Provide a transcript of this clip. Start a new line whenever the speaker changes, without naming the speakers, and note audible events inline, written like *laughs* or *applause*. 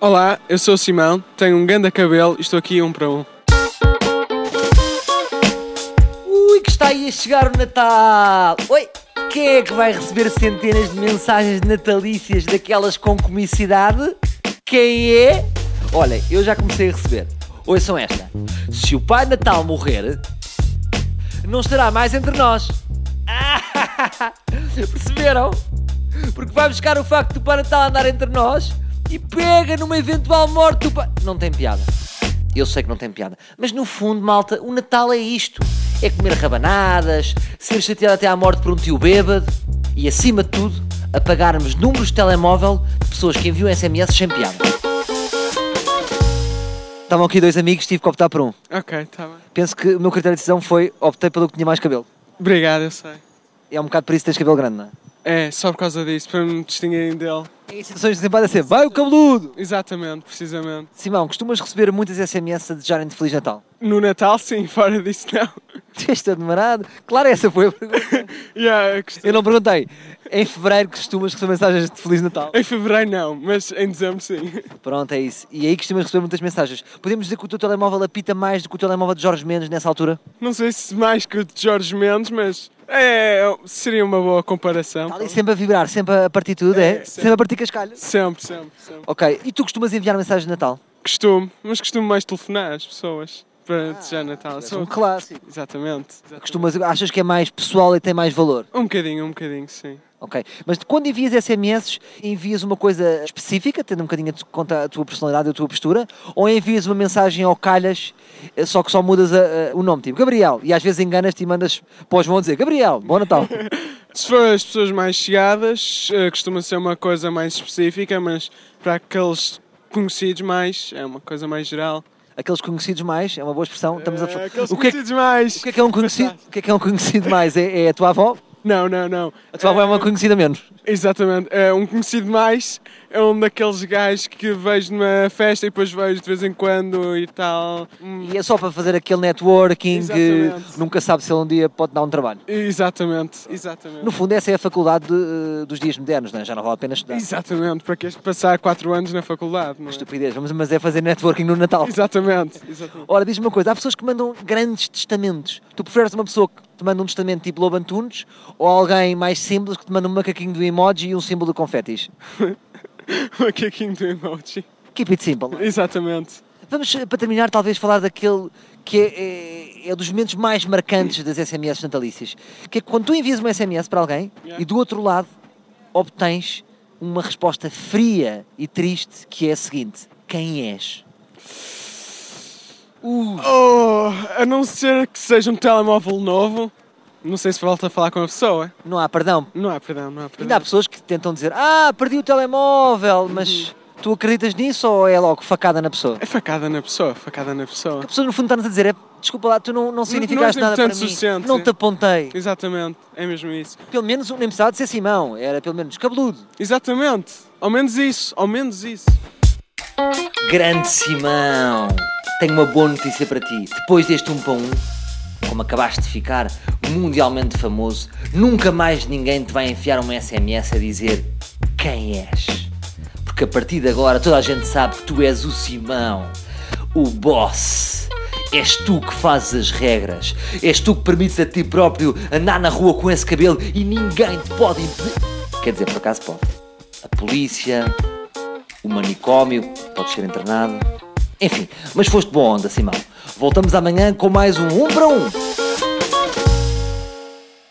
Olá, eu sou o Simão, tenho um ganda cabelo e estou aqui um para um.
Ui, que está aí a chegar o Natal! Oi! Quem é que vai receber centenas de mensagens natalícias daquelas com comicidade? Quem é? Olha, eu já comecei a receber. Ouçam esta. Se o Pai Natal morrer, não estará mais entre nós. Ah, *laughs* Perceberam? Porque vai buscar o facto do Pai Natal andar entre nós e pega numa eventual morte do Pai... Não tem piada. Eu sei que não tem piada, mas no fundo, malta, o Natal é isto: é comer rabanadas, ser chateado até à morte por um tio bêbado e, acima de tudo, apagarmos números de telemóvel de pessoas que enviam SMS sem piada. Estavam aqui dois amigos, tive que optar por um.
Ok, está bem.
Penso que o meu critério de decisão foi optei pelo que tinha mais cabelo.
Obrigado, eu sei.
É um bocado por isso que tens cabelo grande, não é?
É, só por causa disso, para me distinguirem dele.
Em instituições de desempenho é ser, vai o cabeludo!
Exatamente, precisamente.
Simão, costumas receber muitas SMS a desejarem-te Feliz Natal? *laughs*
No Natal, sim, *laughs* fora disso, não.
Tu és todo marado? Claro, essa foi a pergunta.
yeah, eu costumo-
Eu não perguntei. Em fevereiro costumas receber mensagens de Feliz Natal?
Em fevereiro, não, mas em dezembro, sim. *laughs*
Pronto, é isso. E aí costumas receber muitas mensagens. Podemos dizer que o teu telemóvel apita mais do que o telemóvel de Jorge Mendes nessa altura?
Não sei se mais que o de Jorge Mendes, mas é, seria uma boa comparação.
Está Tá ali sempre a vibrar, sempre a partir tudo, é?
É, sempre.
Sempre a partir cascalhas.
Sempre, sempre, sempre.
Ok, e tu costumas enviar mensagens de Natal?
Costumo, mas costumo mais telefonar às pessoas para desejar Natal.
És
Sou-
um clássico.
Exatamente. exatamente.
Costumas, achas que é mais pessoal e tem mais valor?
Um bocadinho, um bocadinho, sim.
Ok. Mas quando envias SMS, envias uma coisa específica, tendo um bocadinho a tu- conta a tua personalidade e a tua postura, ou envias uma mensagem ao calhas, eh, só que só mudas a- a- o nome, tipo Gabriel, e às vezes enganas-te e mandas para os vão dizer Gabriel,
*laughs*
bom Natal.
Se for as pessoas mais chegadas, eh, costuma ser uma coisa mais específica, mas para aqueles conhecidos mais, é uma coisa mais geral.
Aqueles conhecidos mais, é uma boa expressão, estamos a
Eh,
fa-
aqueles
o, que é, que-
conhecidos mais.
o que é que é um conhecido? O que é que é um conhecido mais? É, é a tua avó?
Não, não, não.
A tua avó é uma conhecida menos.
Exatamente. É um conhecido mais é um daqueles gajos que vejo numa festa e depois vejo de vez em quando e tal. Hum,
E é só para fazer aquele networking
Exatamente.
que nunca sabe se ele um dia pode dar um trabalho.
Exatamente, exatamente.
No fundo, essa é a faculdade de- dos dias modernos, não é? já não vale a pena estudar.
Exatamente, para que passar 4 anos na faculdade, não é?
Estupidez, vamos, mas é fazer networking no Natal.
Exatamente, *laughs* exatamente.
Ora, diz-me uma coisa, há pessoas que mandam grandes testamentos. Tu preferes uma pessoa que te manda um testamento tipo Lobo Antunes ou alguém mais simples que te manda um macaquinho do emoji e um símbolo de confetis?
Macaquinho do emoji.
Keep it simple. não é?
Exatamente.
Vamos, eh, para terminar, talvez falar daquele que é, é, é dos momentos mais marcantes das SMS natalícias. Que é quando tu envias uma SMS para alguém
Yeah.
e do outro lado obtens uma resposta fria e triste que é a seguinte. Quem és? Uh,
Oh, a não ser que seja um telemóvel novo, não sei se volta a falar com a pessoa.
não há perdão.
Não há perdão, não há
Ainda há
perdão.
pessoas que tentam dizer, ah, perdi o telemóvel, mas tu acreditas nisso ou é logo facada na pessoa?
É facada na pessoa, facada na pessoa.
A pessoa no fundo está-nos a dizer, é, desculpa lá, tu não, não significaste
não és
nada para mim,
importante o suficiente."
não te apontei.
Exatamente, é mesmo isso.
Pelo menos nem precisava de ser Simão, era pelo menos cabeludo.
Exatamente, ao menos isso, ao menos isso.
Grande Simão! Tenho uma boa notícia para ti. Depois deste 1 para 1, como acabaste de ficar mundialmente famoso, nunca mais ninguém te vai enfiar um uma SMS a dizer quem és. Porque a partir de agora toda a gente sabe que tu és o Simão, o boss. És tu que fazes as regras. És tu que permites a ti próprio andar na rua com esse cabelo e ninguém te pode impedir. Quer dizer, por acaso pode. A polícia, o Um manicômio, podes ser internado. Enfim, mas foste boa onda, Simão. Voltamos amanhã com mais um 1 para 1.